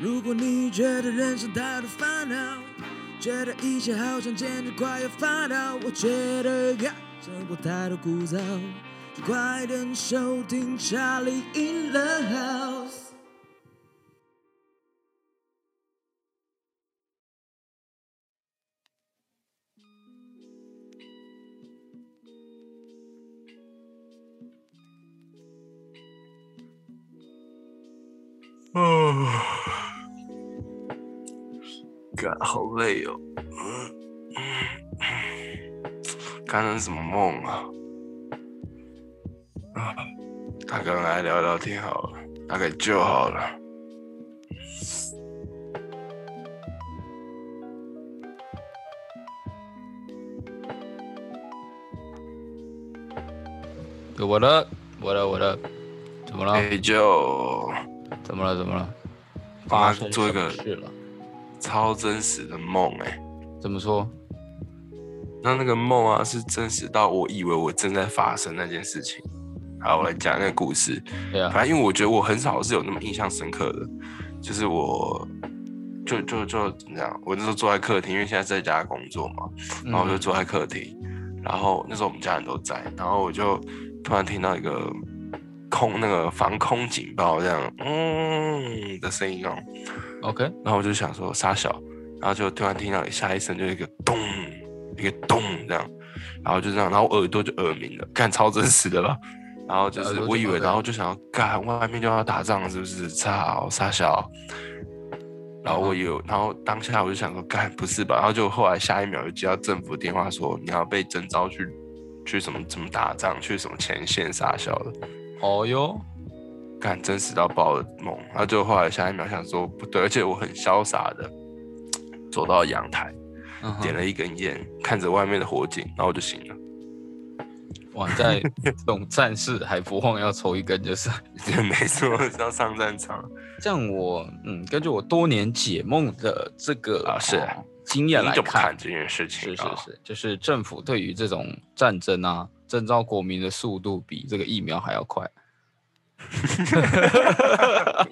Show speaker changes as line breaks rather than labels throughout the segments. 如果你觉得人生太多烦恼，觉得一切好像简直快要发抖，我觉得呀，生活太多枯燥，就快点收听《查理 in the house》。
哦， 干好累哦， 干了什么梦啊？ 啊，大刚来聊聊天好了，大概就好了。
对我的，我的，我的，怎么了？
哎、就
怎么了？怎么了？
帮
发
他
生
做一
什么
个
事了？
超真实的梦哎、
怎么说？
那那个梦啊，是真实到我以为我正在发生那件事情。好，我来讲那个故事。
对啊，
反正因为我觉得我很少是有那么印象深刻的，就是我就就就怎么样，我那时候坐在客厅，因为现在在家工作嘛，然后我就
嗯
坐在客厅，然后那时候我们家人都在，然后我就突然听到一个空那个防空警报这样嗯的声音哦，
OK，
然后我就想说傻小，然后就突然听到下一声就一个咚，一个咚这样，然后就这样，然后我耳朵就耳鸣了，干超真实的吧。然后就
耳
是
朵就
我以为，
耳鸣
然后就想要干外面就要打仗了是不是？操傻小。然
嗯
后我有，然后当下我就想说，干不是吧？然后就后来下一秒就接到政府电话说你要被征召去去什么什么打仗，去什么前线傻小的。
哦哟，
干真实到爆的梦，然后就后来下一秒想说不对，而且我很潇洒的走到阳台，
嗯哼
点了一根烟，看着外面的火警，然后我就醒了。
哇，在这种战事还不忘要抽一根，就是
没错，是要上战场，
这样我。嗯，根据我多年解梦的这个
啊是
哦经验
你
来
怎么
看
看，这件事情
是是
啊？
是，就是政府对于这种战争啊，征召国民的速度比这个疫苗还要快。
啊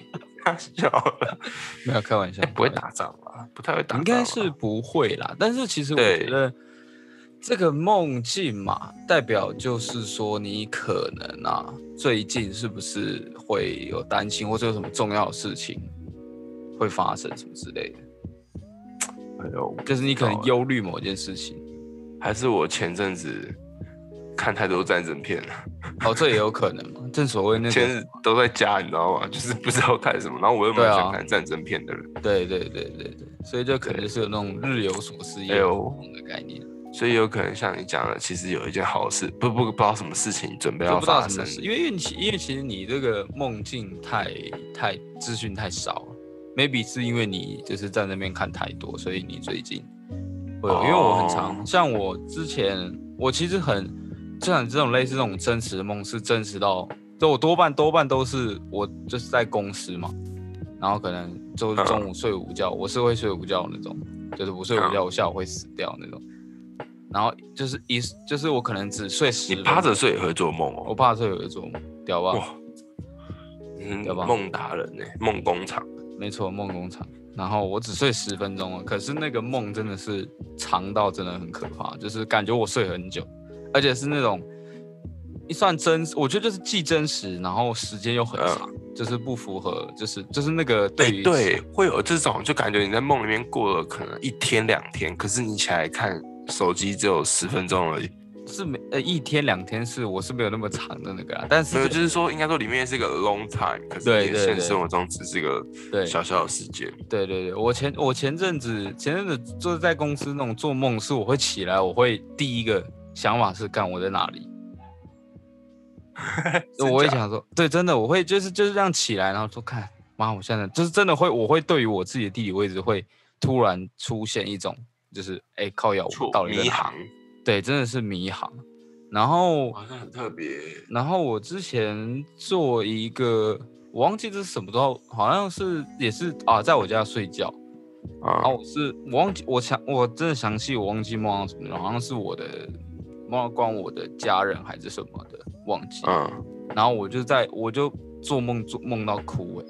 笑了，
没有开玩笑，
哎不会打仗吧？不太会打仗吧，啊
应该是不会啦。但是其实我
对
觉得这个梦境嘛，代表就是说你可能啊，最近是不是会有担心，或者有什么重要的事情会发生什么之类的，
哎呦，
就是你可能
哦
忧虑某件事情。
还是我前阵子看太多战争片了。
哦，这也有可能嘛。正所谓那
前
个，
日都在家，你知道吗？就是不知道看什么，然后我又没有
对啊
想看战争片的人，
对对对对对，所以就可能就是有那种日有所思夜
哎
有
呦
所梦的概念，
所以有可能像你讲的，其实有一件好事，不不不知道什么事情准备
就
要
不知道
发
什
生
么，事，因为因为其因为其实你这个梦境太太资讯太少了，maybe 是因为你就是在那边看太多，所以你最近会有，因为我很常
哦
像我之前我其实很像你这种类似这种真实的梦是真实到，就我多半多半都是我就是在公司嘛，然后可能就是
嗯
中午睡午觉，我是会睡午觉的那种，就是不睡午
嗯
觉我下午会死掉那种。然后就是一就是我可能只睡十，
你趴着睡也会做梦
我
哦，
爸是有一种屌吧，
哇，嗯
对吧，
梦达人呢、梦工厂，
没错，梦工厂。然后我只睡十分钟了，哦可是那个梦真的是长到真的很可怕，就是感觉我睡很久，而且是那种一算真，我觉得就是既真实，然后时间又很长，就是不符合，就是就是那个对
嗯哎、
于、
对，会有这种，就感觉你在梦里面过了可能一天两天，可是你起来看手机只有十分钟而已，
是没呃一天两天是我是没有那么长的那个啦，啊但是
没有，
就
就是说应该说里面是一个 long time，可是
对
你的
对
现
对
实生活中只是一个
对
小小的世界，
对对对，我前我前阵子前阵子就是在公司那种做梦，是我会起来，我会第一个想法是干我在哪里，
真
我会
假
想说，对，真的我会就是就是这样起来，然后说看，妈，我现在就是真的会，我会对于我自己的地理位置会突然出现一种就是哎、靠要
错
我到底在
迷
哪
航
里？，对，真的是迷航。然后
好像很特别。
然后我之前做一个，我忘记这是什么时候，好像是也是啊，在我家睡觉。
啊
啊，我是我忘记我想我真的详细我忘记梦到什么了，好像是我的忘关我的家人还是什么的，忘记。
嗯，
然后我就在我就做梦做梦到哭、欸，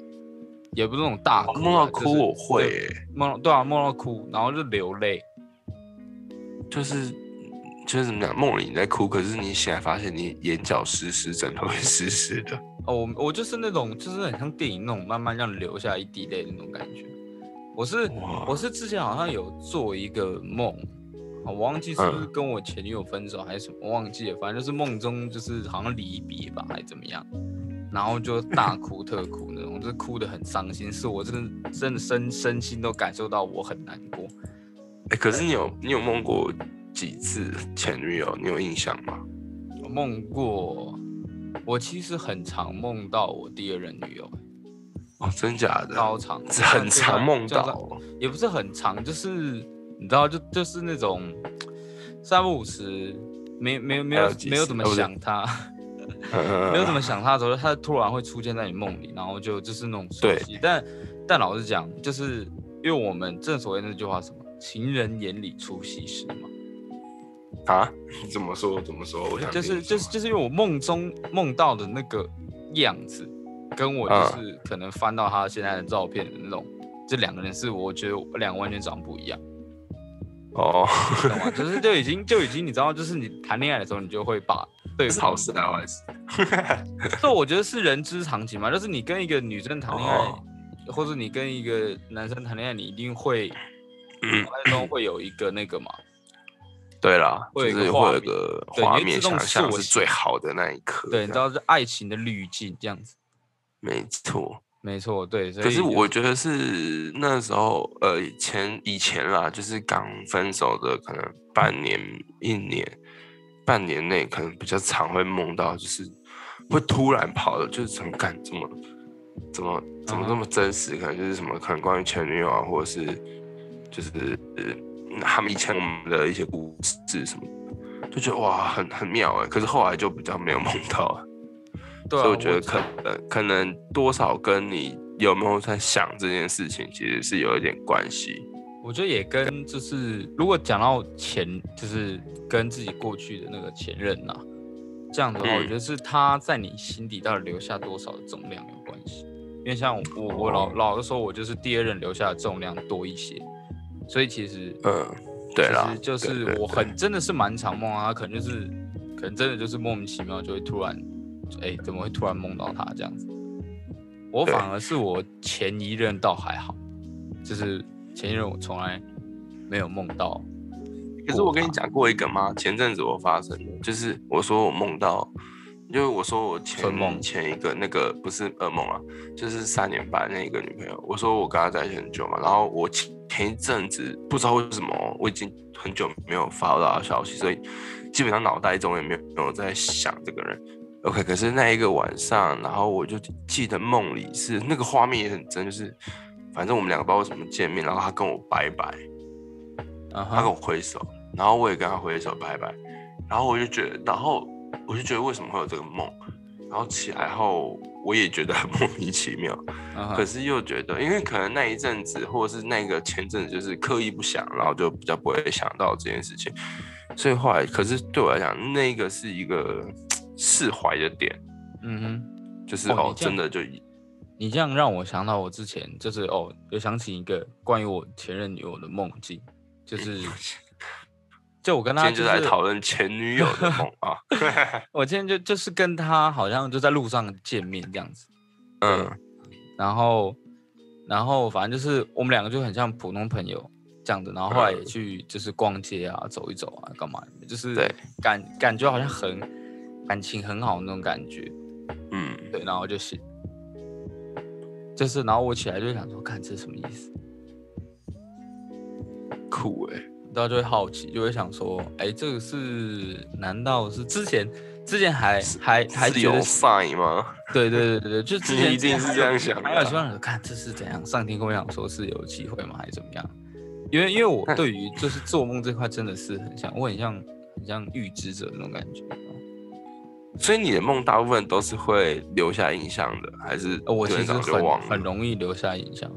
也不是那种大哭
我
啊、
哦梦到
就
哭
是
我会欸、
梦到对啊，梦到哭，然后就流泪。
就是就是怎么讲，梦里你在哭，可是你醒来发现你眼角湿湿，枕头也湿湿的。
哦，我我就是那种，就是很像电影那种慢慢让你流下一滴泪的那种感觉。我是
哇
我是之前好像有做一个梦，啊，我忘记是不是
嗯
跟我前女友分手还是什么，我忘记了，反正就是梦中就是好像离别吧，还是怎么样，然后就 大哭特哭那种，就是哭得很伤心，是我真的真的身身心都感受到我很难过。
哎、可是你有你有梦过几次前女友？你有印象吗？
我梦过，我其实很常梦到我第二任女友，
哦，真假的？
超常，
很常梦
就算
到
就算
哦。
也不是很长，就是你知道，就就是那种嗯三不五时，没没没
还
有
有几次
没有怎
哦
么
不是
想他，
嗯
没有怎么想他的时候，他突然会出现在你梦里，然后就就是那种熟
对
悉。但但老实讲，就是因为我们正所谓那句话是什么“情人眼里出西施”嘛，
啊？你怎么说？怎么说？我想
就是
听
就是就是因为我梦中梦到的那个样子，跟我就
嗯
是可能翻到他现在的照片的那种，这两个人是我觉得我两个完全长不一样。
哦，
懂吗？就是就已经就已经你知道，就是你谈恋爱的时候，你就会把对
这是
方
好，事还啊是坏事？
这我觉得是人之常情嘛。就是你跟一个女生谈恋爱，
哦
或者你跟一个男生谈恋爱，你一定会
嗯
脑袋中会有一个那个嘛，
对啦，就
会有一
是
个画
会有
面
个
对
画
你会
面
自动
想象
塑
是
形
最好的那一刻。
对，你知
这样，
道是爱情的滤镜这样子。
没错。
没错，对。所以
可是
就
我觉得是那时候，呃，以前以前啦，就是刚分手的，可能半年、一年、半年内，可能比较常会梦到，就是会突然跑的，就是怎么干，怎么怎么怎么
嗯哼
那么真实？可能就是什么，可能关于前女友啊，或者是就是呃他们以前我们的一些故事什么的，就觉得哇，很很妙哎、可是后来就比较没有梦到了。
对啊、
所以我觉得可能可能多少跟你有没有在想这件事情，其实是有一点关系。
我觉得也跟就是，如果讲到前，就是跟自己过去的那个前任呐、这样的话，
嗯
我觉得是他在你心底到底留下多少的重量有关系。因为像我我我老
哦
老实说，我就是第二任留下的重量多一些，所以其实
嗯，对啦
其实，就
对
是
对
我
对
很真的是蛮常梦啊，可能就是可能真的就是莫名其妙就会突然，哎、怎么会突然梦到他这样子？我
对
反而是我前一任倒还好，就是前一任我从来没有梦到。
可是我跟你讲过一个吗？前阵子我发生的，就是我说我梦到，因为我说我前
春梦
前一个那个不是噩梦啊，就是三年班那个女朋友，我说我跟她在一起很久嘛，然后我前前一阵子不知道为什么哦，我已经很久没有发到她的消息，所以基本上脑袋中也没有没有在想这个人。OK，可是那一个晚上，然后我就记得梦里是那个画面也很真，就是反正我们两个不知道为什么见面，然后她跟我拜拜，
啊
他跟
哈，
我挥手，然后我也跟他挥手拜拜，然后我就觉得，然后我就觉得为什么会有这个梦，然后起来后我也觉得很 莫名其妙，
啊哈
可是又觉得，因为可能那一阵子或者是那个前阵子就是刻意不想，然后就比较不会想到这件事情，所以后来，可是对我来讲，那个是一个释怀的点，
嗯哼，
就是
哦你
哦，
这
真
样
的就
你这样让我想到我之前就是哦，有想起一个关于我前任女友的梦境，就是就我跟
嗯今
他
天
就
就是来讨论前女友的梦 啊，
我今天就就是跟他好像就在路上见面这样子。
嗯
然后，然后反正就是我们两个就很像普通朋友这样子，然后后来也
嗯
去就是逛街啊，走一走啊，干嘛的，就是
对
感感觉好像很感情很好那种感觉，
嗯，
对，然后就醒，就是然后我起来就想说，看这是什么意思，
酷哎、
然后就会好奇，就会想说，哎，这个是难道是之前之前还还还
是
觉
有
得是
sign 吗？
对对对对对，就之前
一定是这样想的啊
还有希望看这是怎样，上天跟我讲说是有机会吗，还是怎么样？因为因为我 对于就是做梦这块真的是很像，我很像很像预知者那种感觉。啊
所以你的梦大部分都是会留下印象的，还是
呃我
基
其
本
实
上就忘了
很很容易留下印象，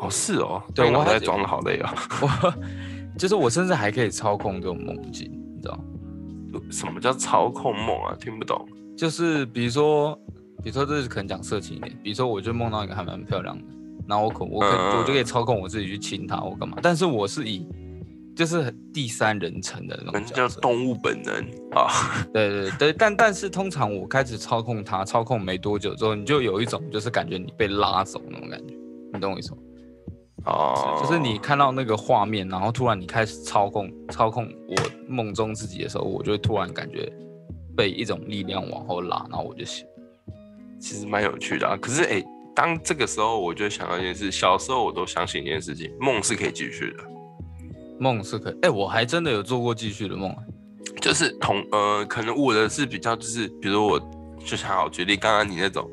哦，是哦，
对
那你
我
脑
还
袋装的好累啊、
我就是我甚至还可以操控这种梦境，你知道？
什么叫操控梦啊？听不懂。
就是比如说，比如说这是可能讲色情一点，比如说我就梦到一个还蛮漂亮的，然后我可我可、
嗯
我就可以操控我自己去亲她，我干嘛？但是我是以就是很第三人称的那
人
种
叫
角色，
动物本能啊，
对对对，但但是通常我开始操控她，操控没多久之后，你就有一种就是感觉你被拉走那种感觉，你懂我意思吗？
哦，
就是你看到那个画面，然后突然你开始操控操控我梦中自己的时候，我就会突然感觉被一种力量往后拉，然后我就醒了。
其实蛮有趣的啊。可是哎、诶当这个时候我就想到一件事，小时候我都相信一件事情，梦是可以继续的，
梦是可以，哎、我还真的有做过继续的梦、啊。
就是同呃，可能我的是比较就是，比如我就想好举例，刚刚你那种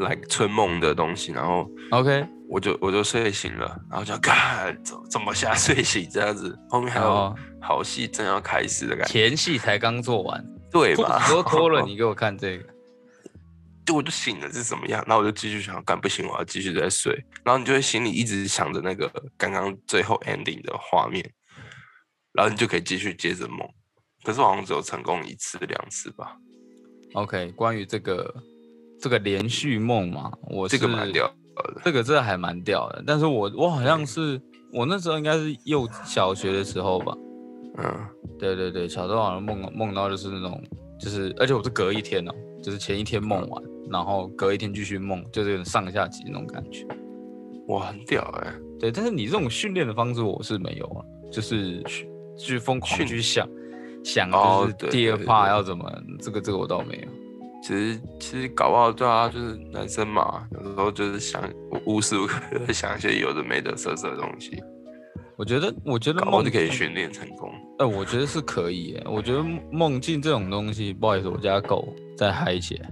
来春梦的东西，然后
OK，
我就我就睡醒了，然后就看怎怎么下睡醒这样子，后面还
然
有
后
好戏正要开始的感觉，
前戏才刚做完，
对
裤
吧？
子都脱了，你给我看这个，
就我就醒了是什么样，然后我就继续想，干不行，我要继续再睡，然后你就会心里一直想着那个刚刚最后 ending 的画面，然后你就可以继续接着梦。可是我好像只有成功一次两次吧，
OK，关于这个这个连续梦嘛，我
这个
是
蛮屌的。
这个真的还蛮屌的。但是我我好像是我那时候应该是幼小学的时候吧，
嗯，
对对对，小时候好像梦梦到就是那种就是，而且我是隔一天哦，就是前一天梦完，然后隔一天继续梦，就是有点上下级那种感觉。
哇，很屌哎、
对，但是你这种训练的方式我是没有啊，就是去去疯狂
训
去想想，
哦
就是
对
第二
对
趴
对
要怎么，这个这个我倒没有。
其实其实搞不好对啊，就是男生嘛，有时候就是想无无时无刻地想一些有的没的色色的东西，
我觉得，我觉得
搞不好
梦
就可以
境，
训练成功。
哎、我觉得是可以、耶我觉得梦境这种东西，不好意思，我家狗在嗨起来。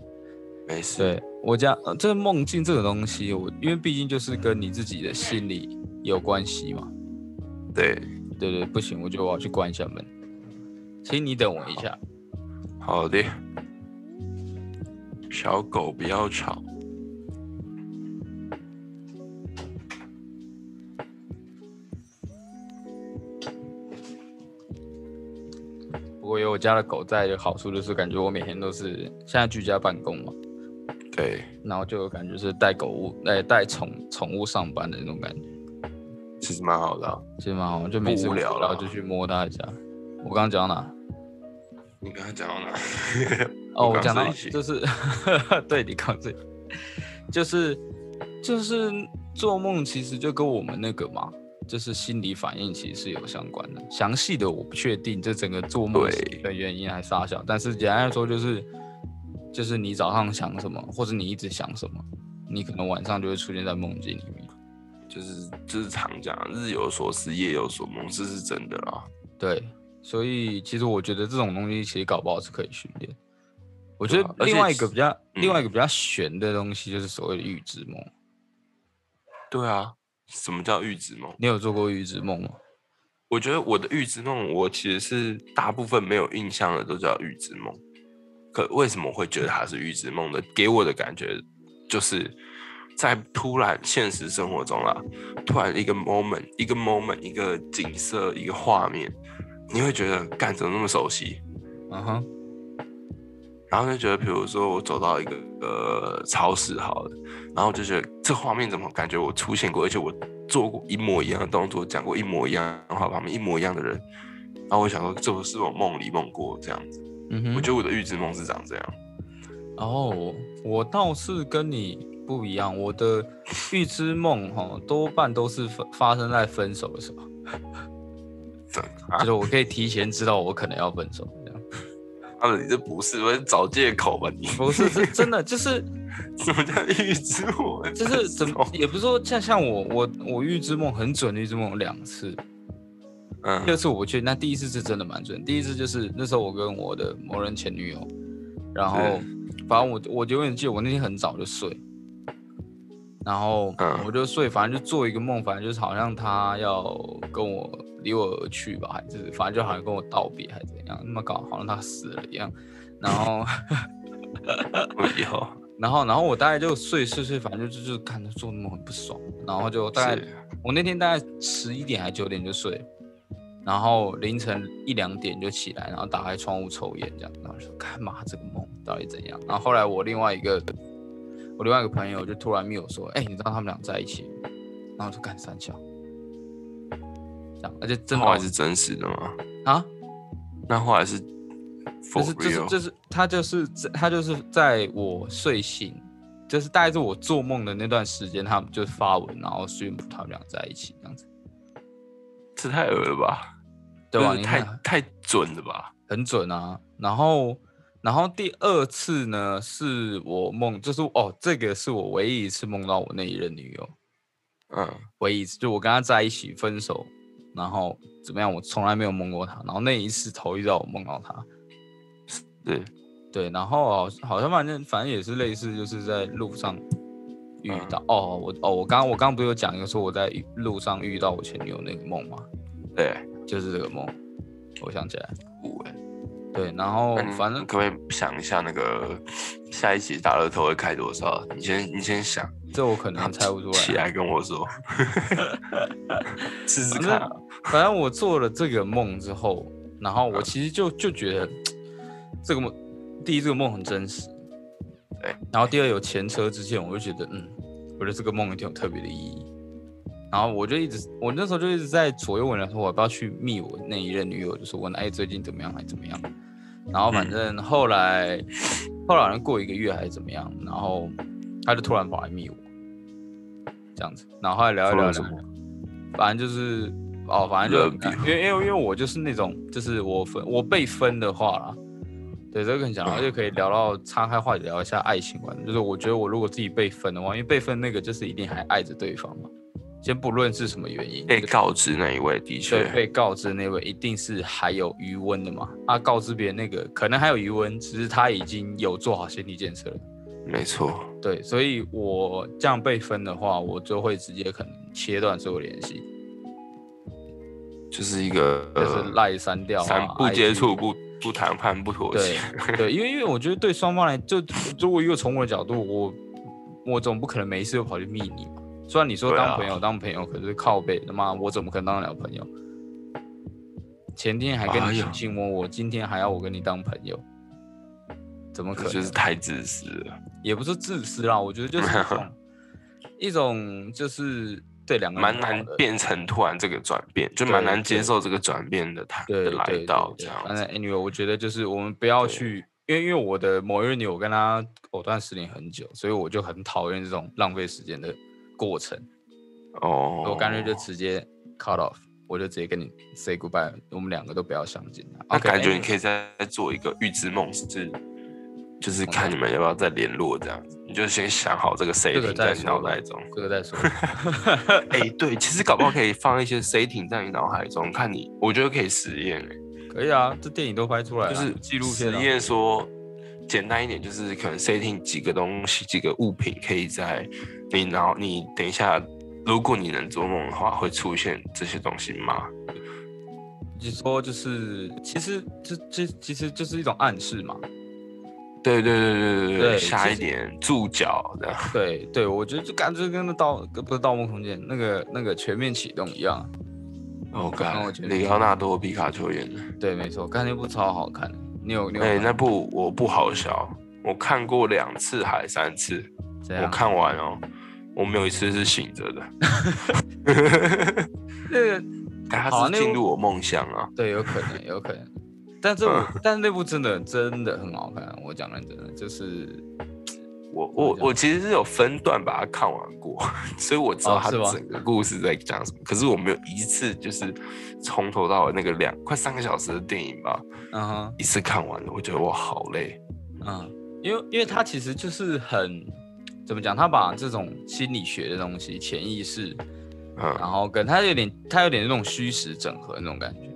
没事，
对我家，呃这梦境这个东西，我因为毕竟就是跟你自己的心理有关系嘛。
对，
对对，不行，我觉得我要去关一下门，请你等我一下。
好的。小狗不要吵。
不过有我家的狗在，有好处就是感觉我每天都是现在居家办公嘛，
对，
然后就有感觉是带狗物，哎，带宠宠物上班的那种感觉，
其实蛮好的啊、
其实蛮好玩，就每次
不无聊啦
然后就去摸它一下。我刚刚讲到哪？
你刚才讲到哪？
哦，
我
我
刚
讲到
睡醒
就是， 对你刚这，就是就是做梦，其实就跟我们那个嘛，就是心理反应其实是有相关的。详细的我不确定这整个做梦
对
的原因还是啥小，但是简单来说就是就是你早上想什么，或者你一直想什么，你可能晚上就会出现在梦境里面。
就是就是常讲日有所思，夜有所梦，这是真的啦。
对，所以其实我觉得这种东西其实搞不好是可以训练。我觉
对啊
得
而且
另外一个比较、
嗯
另外一个比较悬的东西就是所谓的预知梦。
对啊，什么叫预知梦？
你有做过预知梦吗？
我觉得我的预知梦，我其实是大部分没有印象的都叫预知梦。可为什么会觉得它是预知梦呢？给我的感觉就是在突然现实生活中啊，突然一个 moment，一个 moment，一个景色，一个画面，你会觉得干怎么那么熟悉？啊
嗯哼，
然后就觉得，比如说我走到一个呃超市好了，然后我就觉得这画面怎么感觉我出现过，而且我做过一模一样的动作，讲过一模一样的话，旁边一模一样的人，然后我想说，这不是我梦里梦过这样子。
嗯哼，
我觉得我的预知梦是长这样，
哦，我倒是跟你不一样，我的预知梦哈，多半都是发发生在分手的时候，
这
就是我可以提前知道我可能要分手，这样
啊，你这不是，我在找借口吧你？
不是是真的，就是
什么叫预知我？
就是怎么，也不是说像像我我我预知梦很准，预知梦有两次，
嗯
第二次我不确定，但第一次是真的蛮准。第一次就是那时候我跟我的某任前女友，然后反正我我永远记得我那天很早就睡，然后
嗯
我就睡，反正就做一个梦，反正就是好像她要跟我离我而去吧，还是反正就好像跟我道别还是怎样，那么搞好像她死了一样，然后。啊
我以后
然后，然后我大概就睡睡睡，反正就就是看着做梦很不爽，然后就大概
是
我那天大概十一点还九点就睡了，然后凌晨一两点就起来，然后打开窗户抽烟这样，然后就说干嘛这个梦到底怎样？然后后来我另外一个我另外一个朋友就突然密我说，哎、你知道他们俩在一起了？然后我就干三笑，这样，而且真的哦
后来是真实的吗？
啊，
那后来是
就
for
是就是
real？
就是他就是在他就是在我睡醒，就是大概是我做梦的那段时间，他们就发文，然后宣布他们俩在一起这样子，
这太恶了吧？
对吧？
这
你
太
看啊
太准了吧？
很准啊。然后，然后第二次呢，是我梦，就是哦，这个是我唯一一次梦到我那一任女友，
嗯，
唯一一次，就我跟她在一起分手，然后怎么样，我从来没有梦过她。然后那一次头一遭我梦到她，
对，
对，然后好好像反正反正也是类似，就是在路上遇
嗯
到、哦，我哦我刚我刚不是有讲一个说我在遇路上遇到我前女友那个梦吗？
对，
就是这个梦，我想起来，
五哎。
对，然后
那你
哦反正
可不可以想一下那个下一期大乐透会开多少？你先你先想，
这我可能猜不出
起
来啊。
来跟我说， 试试
反
看
正
啊。
反正我做了这个梦之后，然后我
嗯
其实就就觉得这个梦，第一这个梦很真实，
对，
然后第二有前车之鉴，我就觉得嗯，我觉得这个梦一定有特别的意义。然后我就一直，我那时候就一直在左右为难，说我要不要去密我那一任女友，就是问哎最近怎么样，还怎么样。然后
嗯
反正后来、后来好像过一个月还是怎么样，然后他就突然跑来密我，这样子，然后后来聊一
说
聊
了什
聊
么，
反正就是哦，反正就
Love
因为因为因为我就是那种就是我分我被分的话啦，对这个很讲，然后就可以聊到岔开话题聊一下爱情观，就是我觉得我如果自己被分的话，因为被分那个就是一定还爱着对方嘛，先不论是什么原因，
被告知那一位的
对，
确，
被告知那位一定是还有余温的嘛。他告知别人那个可能还有余温，只是他已经有做好心理建设了。
没错，
对，所以我这样被分的话，我就会直接可能切断所有联系，
就是一个
就是赖删掉、啊，
三呃不
IG
接触、不不谈判、不妥
对
协。
对，因为因为我觉得对双方来，就如果又从我的角度，我我总不可能没事就跑去密你嘛。虽然你说
对啊
当朋友、当朋友，可是靠背他妈我怎么可能当得了朋友？前天还跟
哎
你
呀
卿卿我我，今天还要我跟你当朋友，怎么可能？
就是太自私了，
也不是自私啦，我觉得就是 一种一种就是对两个人
蛮
好
难
的
变成突然这个转变，就
对
蛮难接
对
受这个转变的他
对
的来到这
对对
样
反正
子。
anyway，我觉得就是我们不要去，因为因为我的某一任女友，我跟她藕断丝连很久，所以我就很讨厌这种浪费时间的过程，
哦，
我干脆就直接 cut off，我就直接跟你 say goodbye，我们两个都不要相见了。
那
OK，
感觉
anyway
你可以再做一个预知梦，是
嗯
就是看你们要不要再联络这样子。你就先想好这个 setting 在
再
你
说
脑
吧
袋中。
这个再说，
哎、对，其实搞不好可以放一些 setting 在你脑海中，看你，我觉得可以实验、欸，
可以啊，这电影都拍出来
就
了，
是
纪录片
实
啊。
验说。简单一点，就是可能 setting 几个东西、几个物品，可以在你脑你等一下，如果你能做梦的话，会出现这些东西吗？
你说就是，其实这这其实就是一种暗示嘛。
对对对对对
对
下
其
一
实
点注脚这样。
对对，我觉得就感觉跟那盗不是《盗梦空间》那个那个全面启动一样，
哦，
那我
干，
觉得
里奥纳多皮卡丘演的，
对，没错，看那部超好看的。你有你有
哎、
看
那部我不好笑，我看过两次还三次，
怎
我
样？
看完哦，我没有一次是醒着的，
那个
干
好
它
啊
是
那
进
部
入我梦乡啊，
对，有可能，有可能。但这部，
嗯
但是那部真的真的很好看。我讲认真的，就是
我我我其实是有分段把它看完过， 所以我知道
哦
它
是吗
整个故事在讲什么，可是我没有一次就是从头到尾那个两快三个小时的电影吧，
嗯哼
一次看完了，我觉得我好累，
嗯，因为因为它其实就是很怎么讲，它把这种心理学的东西、潜意识，
嗯，
然后跟它有点它有点那种虚实整合那种感觉。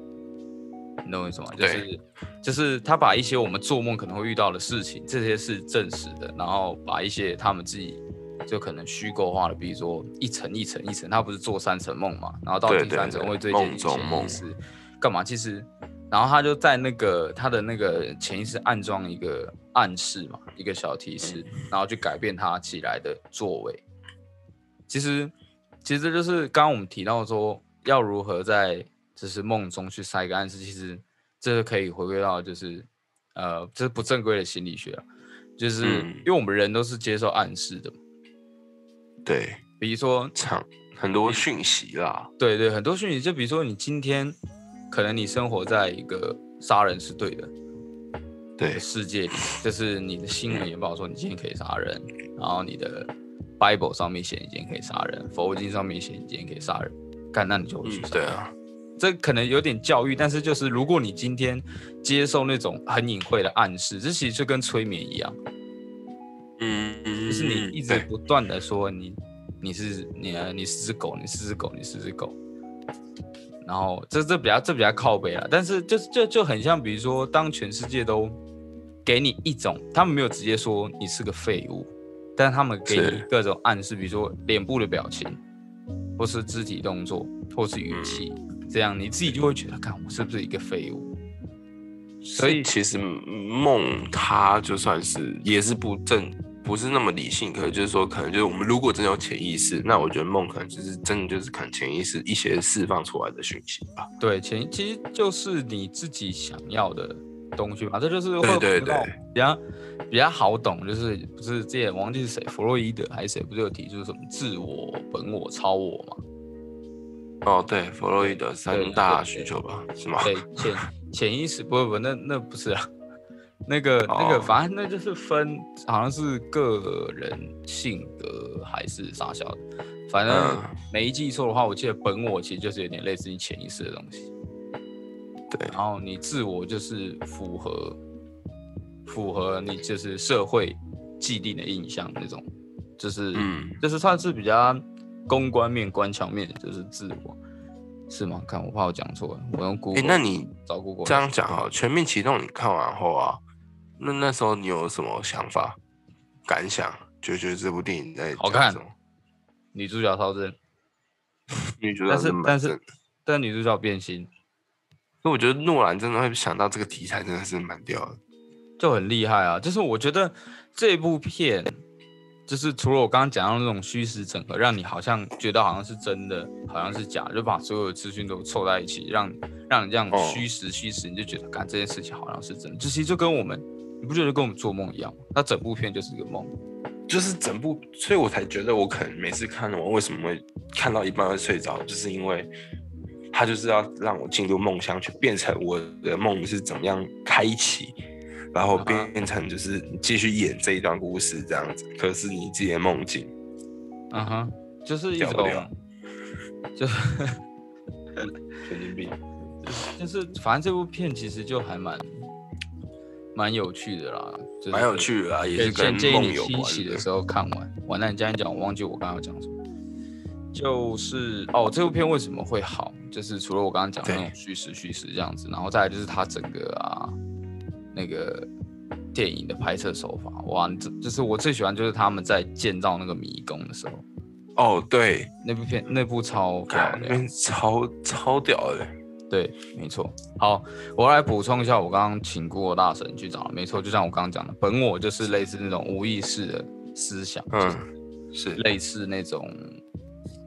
你懂我意思吗？就
对
是就是他把一些我们做梦可能会遇到的事情，这些是真实的，然后把一些他们自己就可能虚构化的，比如说一层一层一层，他不是做三层梦嘛，然后到
对
第三层
对对
会最接
梦
近
中
潜
梦
意识，干
嗯
嘛？其实，然后他就在那个他的那个潜意识暗装一个暗示嘛，一个小提示，然后去改变他起来的作为。其实，其实这就是刚刚我们提到说要如何在就是梦中去塞个暗示，其实这个可以回归到就是呃，这是不正规的心理学啊，就是
嗯
因为我们人都是接受暗示的嘛，
对，
比如说
场很多讯息啦，
对对，很多讯息，就比如说你今天可能你生活在一个杀人是对的
对
的，世界里，就是你的新闻也报说你今天可以杀人，然后你的 Bible 上面写你今天可以杀人，佛经上面写你今天可以杀人，干那你就会去
嗯
杀，
对啊，
这可能有点教育，但是就是如果你今天接受那种很隐晦的暗示，这其实就跟催眠一样，
嗯，嗯
就是你一直
对
不断的说你你是你呃你是只狗，你是只狗，你是只狗，然后这这比较这比较靠背了，但是就是就就很像，比如说当全世界都给你一种，他们没有直接说你是个废物，但他们给你
是
各种暗示，比如说脸部的表情，或是肢体动作，或是语
嗯
气，这样你自己就会觉得，看我是不是一个废物？
所
以
以其实梦它就算是也是不正，不是那么理性，可能就是说，可能就是我们如果真的有潜意识，那我觉得梦可能就是真的就是可能潜意识一些释放出来的讯息吧。
对，前其实就是你自己想要的东西嘛，这就是会
对对
回到
对
比较比较好懂，就是不是之前忘记是谁，弗洛伊德还是谁，不是有提出什么自我、本我、超我嘛？
哦，对，弗洛伊德
对
三
对
大
对
需求吧，是吗？
对，潜潜意识不不不，那那不是啊，那个那
哦
个，反正那就是分，好像是个人性格还是啥小的，反正
嗯
没记错的话，我记得本我其实就是有点类似你潜意识的东西。
对
然后你自我就是符合符合你就是社会既定的印象那种，就是、
嗯
就是算是比较公关面、官腔面，就是自我，是吗？看我怕我讲错了，我用 Google，、
那你
找 Google
这样讲哈，《全面启动》你看完后啊，那那时候你有什么想法、感想？就觉得这部电影在
好
讲
看
什么，
女主角超正，
你觉得
但是
啊蛮
但
正
是但女主角变心
所以我觉得诺兰真的会想到这个题材，真的是蛮屌的。
就很厉害啊！就是我觉得这部片。就是除了我刚刚讲到那种虚实整合，让你好像觉得好像是真的，好像是假的，就把所有的资讯都凑在一起，让让你这样
哦
虚实虚实，你就觉得，干这件事情好像是真的。就其实就跟我们，你不觉得跟我们做梦一样吗？那整部片就是一个梦。
就是整部，所以我才觉得我可能每次看我为什么会看到一半会睡着，就是因为他就是要让我进入梦乡，去变成我的梦是怎么样开启，然后
啊哈
变成就是继续演这一段故事这样子。可是你自己的梦境，
嗯哼，就是一
屌
种
不屌，
就
神经病。
就是反正这部片其实就还蛮蛮有趣的啦，就是
蛮有趣的啊，也
对，
是跟
建建议
梦
你
有
清
关
洗的时候看完。完蛋，你这样一讲，我忘记我刚刚要讲什么。就是哦，这部片为什么会好？就是除了我刚刚讲的那
对
种虚实虚实这样子，然后再来就是它整个啊那个电影的拍摄手法，哇，这就是我最喜欢就是他们在建造那个迷宫的时候，啊
哦，对，
那部片那部超漂
看那
亮。
边超超屌的，
对，没错。好，我来补充一下，我刚刚请过大神去找，没错，就像我刚刚讲的，本我就是类似那种无意识的思想，就是
嗯，是
类似那种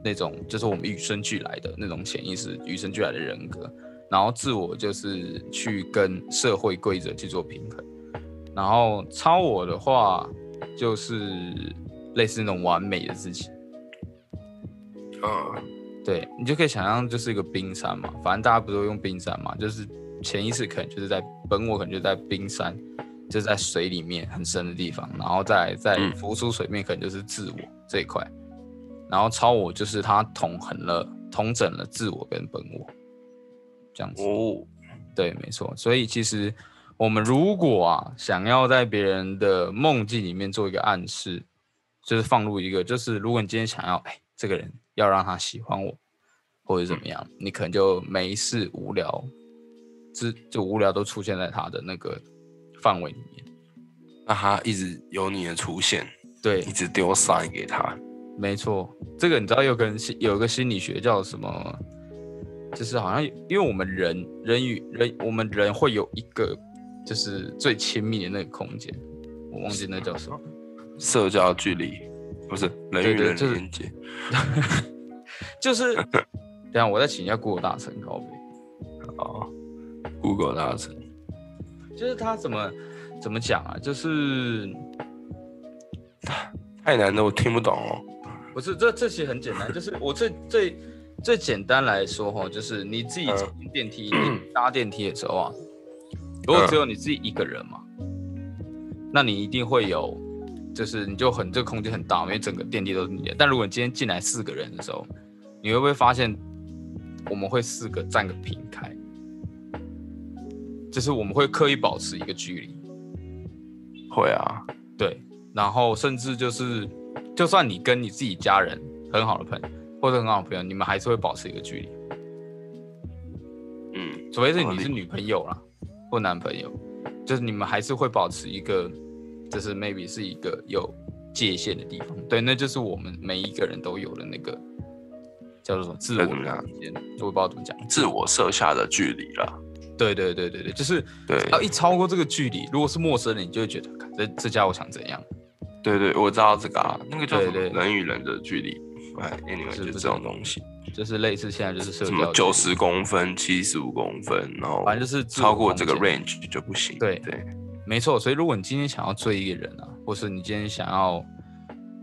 那种就是我们与生俱来的那种潜意识、与生俱来的人格，然后自我就是去跟社会规则去做平衡，然后超我的话就是类似那种完美的自己。
嗯，
对你就可以想象就是一个冰山嘛，反正大家不都用冰山嘛，就是潜意识可能就是在本我可能就在冰山，就是在水里面很深的地方，然后再再
嗯
浮出水面可能就是自我这一块，然后超我就是它统衡了统整了自我跟本我，这样子。
哦，
对，没错。所以其实我们如果啊想要在别人的梦境里面做一个暗示，就是放入一个，就是如果你今天想要，哎，这个人要让他喜欢我，或者怎么样，你可能就没事无聊，就就无聊都出现在他的那个范围里面。
那他一直有你的出现，
对
一，直丢 sign 给他，
没错，这个你知道又跟心有一个心理学叫什么？就是好像因为我们人人与人，我们人会有一个就是最亲密的那个空间，我忘记那叫什么。
社交距离不是人
对
与
对
人
就
的
是
连接，
就是，等一下我再请一下古尔大神高飞。
好，Google 大神，
就是他怎么怎么讲啊？就是
太难了，我听不懂哦。
不是这这其实很简单，就是我最最最简单来说哈，就是你自己
嗯
走进电梯、你搭电梯的时候啊，如果只有你自己一个人嘛，那你一定会有，就是你就很这个空间很大，因为整个电梯都是你的。但如果你今天进来四个人的时候，你会不会发现我们会四个站个平开？就是我们会刻意保持一个距离，
会啊，
对，然后甚至就是，就算你跟你自己家人很好的朋友，或者很好的朋友，你们还是会保持一个距离，
嗯，
除非是
合
你
理
是女朋友啦，或男朋友，就是你们还是会保持一个，就是 maybe 是一个有界限的地方。对，那就是我们每一个人都有的那个叫做什么自我
那怎么讲
空间，我也不知道怎么讲。
自我设下的距离了。
对对对对对，就是
对，
要一超过这个距离，如果是陌生人，你就会觉得，干这这家伙想怎样？
对对，我知道这个啊，那个叫
对
什么
对
人与人的距离。哎，anyway，就
是不是
这种东西，
就是类似现在就是社
什
交
么
距离
九十公分、七十五公分，然后
反正就是自我
超过这个
空间
range 就不行。
对
对，
没错，所以如果你今天想要追一个人啊，或是你今天想要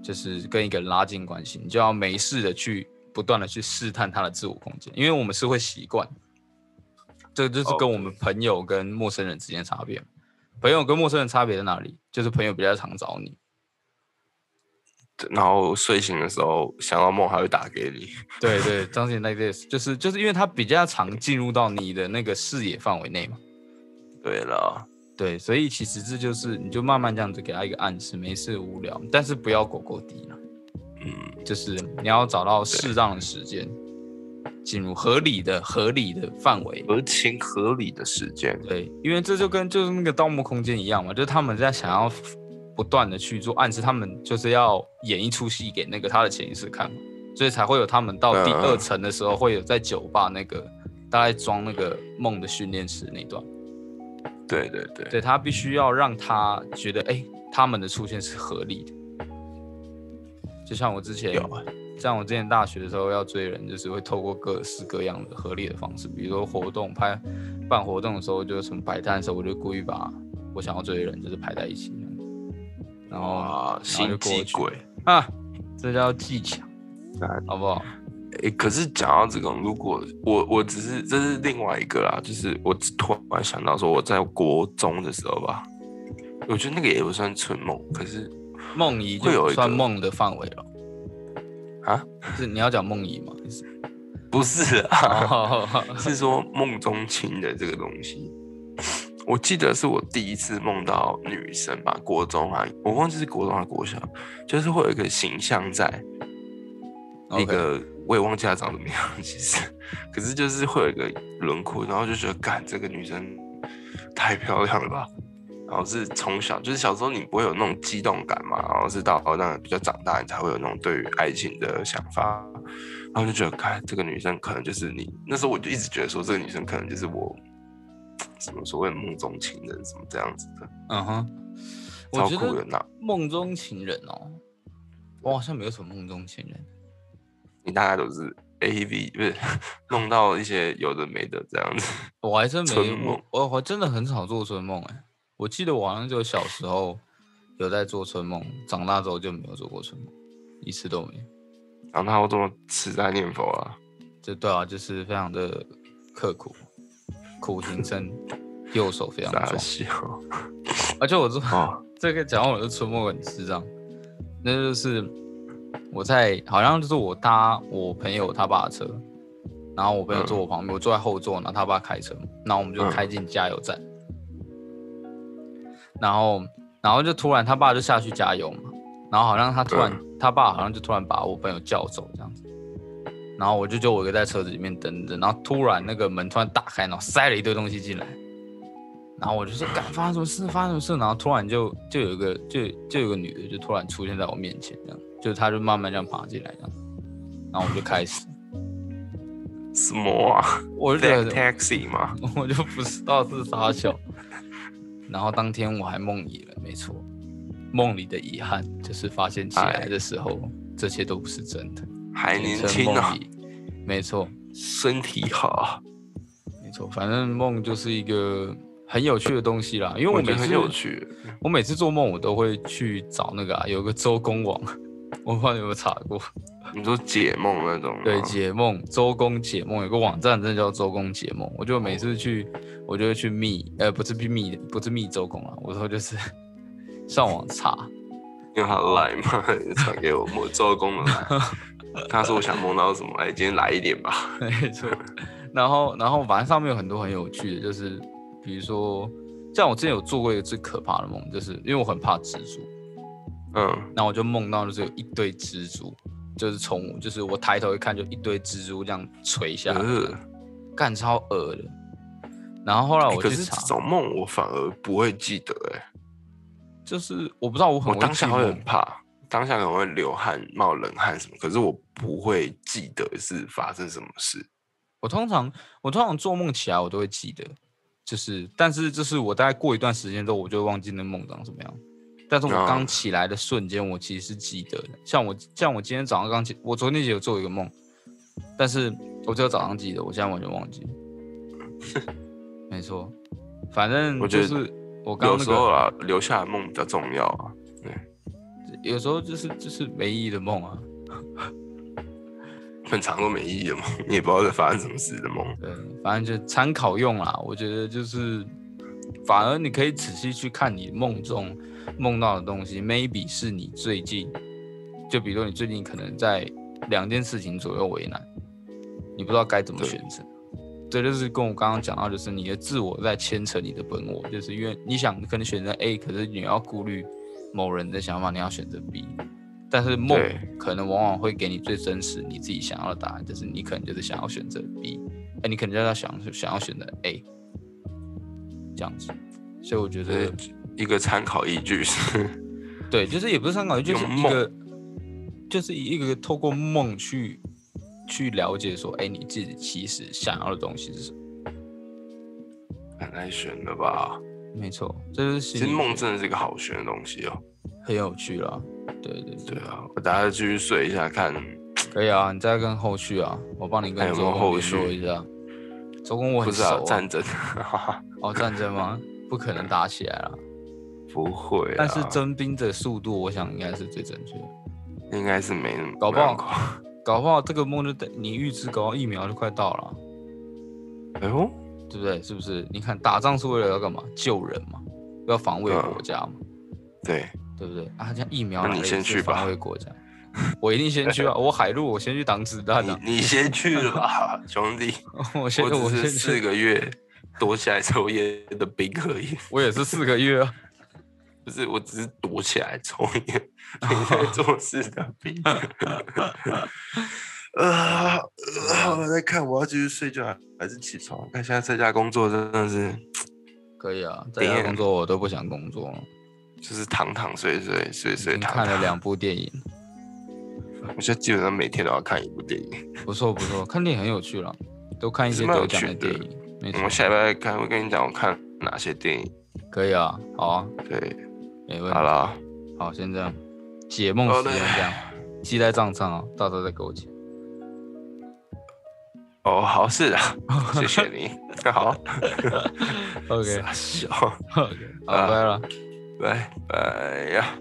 就是跟一个人拉近关系，你就要没事的去不断的去试探他的自我空间，因为我们是会习惯，这就是跟我们朋友跟陌生人之间的差别。朋友跟陌生人差别在哪里？就是朋友比较常找你，
然后睡醒的时候想到梦还会打给你。
对对，张信 like this，就是就是因为他比较常进入到你的那个视野范围内嘛。
对了，
对，所以其实这就是你就慢慢这样子给他一个暗示，没事无聊，但是不要狗狗低了。
嗯，
就是你要找到适当的时间，进入合理的合理的范围。
合情合理的时间。
对，因为这就跟就是那个《盗墓空间》一样嘛，就是他们在想要不断的去做暗示，他们就是要演一出戏给那个他的潜意识看嘛，所以才会有他们到第
嗯
二层的时候，会有在酒吧那个大概装那个梦的训练室那段。
对对对，
对他必须要让他觉得，哎、他们的出现是合理的。就像我之前
有啊
像我之前大学的时候要追人，就是会透过各式各样的合理的方式，比如说活动拍办活动的时候，就是什么摆摊的时候，我就故意把我想要追的人就是排在一起这样子，然后
哇，心机鬼。
啊，这叫技巧，好不好？
诶，欸可是讲到这种，如果我我只是这是另外一个啦，就是我只突然想到说，我在国中的时候吧，我觉得那个也不算春梦，可是
梦遗
会有
就
一个
算梦的范围了，
啊，
是你要讲梦遗吗？
不是啊，
哦
是说梦中情的这个东西。我记得是我第一次梦到女生吧，国中啊，我忘记是国中还是国小，就是会有一个形象在，那
OK
个我也忘记她长怎么样，其实，可是就是会有一个轮廓，然后就觉得，干这个女生太漂亮了吧。然后是从小就是小时候你不会有那种激动感嘛，然后是到哦那比较长大你才会有那种对于爱情的想法，然后就觉得，看这个女生可能就是你。那时候我就一直觉得说，这个女生可能就是我，什么所谓梦中情人什么这样子的，
嗯哼，我
超
觉
酷的
得
那。
梦中情人哦，我好像没有什么梦中情人。
你大概都是 A V 不是 弄到一些有的没的这样子。
我还真
春
没，
梦
我我我真的很少做春梦哎、我记得我好像就小时候有在做春梦，长大之后就没有做过春梦，一次都没有。
然后他我这么吃斋念佛啊，
就对啊，就是非常的刻苦，苦行僧， 右手非常
傻
壮。
笑
而且我做
哦，
这个讲到我的春梦很智障，那就是我在好像就是我搭我朋友他爸的车，然后我朋友坐我旁边，我坐在后座，然后他爸开车嘛，然后我们就
嗯
开进加油站，然后然后就突然他爸就下去加油嘛，然后好像他突然、他爸好像就突然把我朋友叫走这样子。然后我就就我一个在车子里面等着，然后突然那个门突然打开，然后塞了一堆东西进来，然后我就说，干发生什么事？发生什么事？然后突然就就有一个就就有一个女的就突然出现在我面前，这样，就她就慢慢这样爬进来，这样，然后我就开始，
什么啊
我就觉
？Black
得
Taxi 嘛，
我就不知道是啥小，然后当天我还梦遗了，没错，梦里的遗憾就是发现起来
哎
的时候，这些都不是真的，
还年
简称
轻啊
梦，遗，没错
身体好啊，
没错，反正梦就是一个很有趣的东西啦。因为
我觉
每
得
次
很有趣。
我每次做梦我都会去找那个啊，有个周公网， 我不知道你有没有查过。
你说解梦那种吗，
对，解梦周公解梦有个网站，真的叫周公解梦。我就每
哦
次去，我就会去密，呃，不是去密，不是密周公啊，我说就是 上网查。
因为他来嘛， 传给我我周公的来。他说我想梦到什么，哎，今天来一点吧。
没 错。然后，然后反正上面有很多很有趣的，就是比如说，像我之前有做过一个最可怕的梦，就是因为我很怕蜘蛛，
嗯，
然后我就梦到就是有一堆蜘蛛，就是从我就是我抬头一看就一堆蜘蛛这样垂下来，
呃
干超恶的。然后后来
欸
我
可
去
是
查
这，种梦我反而不会记得，哎，
就是我不知道我很
我
会
当
记
下会
梦
很怕，当下可能会流汗、冒冷汗什么，可是我不会记得是发生什么事。
我通常我通常做梦起来我都会记得，就是但是就是我大概过一段时间之后，我就会忘记那梦长什么样。但是我
啊
刚起来的瞬间，我其实是记得的。像我像我今天早上刚起，我昨天也有做一个梦，但是我只有早上记得，我现在完全忘记了。没错，反正
我觉
就
得
是我刚
有
刚那
时
个
候啊，留下的梦比较重要啊。
有时候就是就是没意义的梦啊。
很长都没意义的梦，你也不知道在发生什么事的梦。
对，反正就参考用啦。我觉得就是，反而你可以仔细去看你梦中梦到的东西，maybe 是你最近，就比如说你最近可能在两件事情左右为难，你不知道该怎么
对
选择。这就是跟我刚刚讲到，就是你的自我在牵扯你的本我，就是因为你想可能选择 A，可是你要顾虑某人的想法，你要选择 B。但是梦
对
可能往往会给你最真实你自己想要的答案，就是你可能就是想要选择 B，哎、你可能就要想想要选择 A，这样子。所以我觉
对
得，，
一个参考依据是，
对，就是也不是参考，就是
用
一个，就是一个透过梦去去了解说，哎、你自己其实想要的东西是什么。
很难选的吧？
没错，这就是
其
心
实
理
梦
学
真的是一个好选的东西哦。
很有趣啦。对对
对啊，我等下继续睡一下，看
可以啊，你再跟后续啊，我帮你
还
跟
有没
周
有
公
哎后
联络
续
一下。周公我
不
很
是
熟、
啊
啊，
战争，啊
哦，战争吗？不可能打起来了，
不会啊，
但是征兵的速度，我想应该是最正确的。
应该是没那么
搞不
没
好
那么快
搞不好这个梦就等你预知，搞不好疫苗就快到了，
哎呦，
对不对？是不是？你看打仗是为了要干嘛？救人嘛，要防卫
嗯
国家嘛，
对，
对不对？啊，像疫苗
那
来
你
了也
先
是
去吧
防卫国家。 我一定先去 啊！我海陆，我先去挡子弹啊！
你你先去了吧，兄弟，
我先，
我
我
只
先
是四
去，
个月躲起来抽烟的兵而已，
我也是四个月啊。
不是，我只是躲起来抽烟，你在做事的兵。 啊、呃，我在看，我要继续睡觉还是起床？看现在在家工作真的是，
可以啊，在家
Damn
工作我都不想工作了。
就是躺躺睡睡睡
已
睡
经
躺
看了
躺。
两部电影，
我现在基本上每天都要看一部电影。
不错不错，看电影很有趣了，都看一
是
些
蛮有
得奖的
趣的嗯
电影，没
我
错，
下礼拜看，我跟你讲我看哪些电影。
可以啊，好啊，
对，
没问题
好。啦，
好，先这样，解梦
好
时间
嘞
这样，记在账上啊，到时候再给 我钱。
哦，好是 啊，谢谢你。好
OK
傻笑，
OK，好，
啊
拜了。
拜拜呀。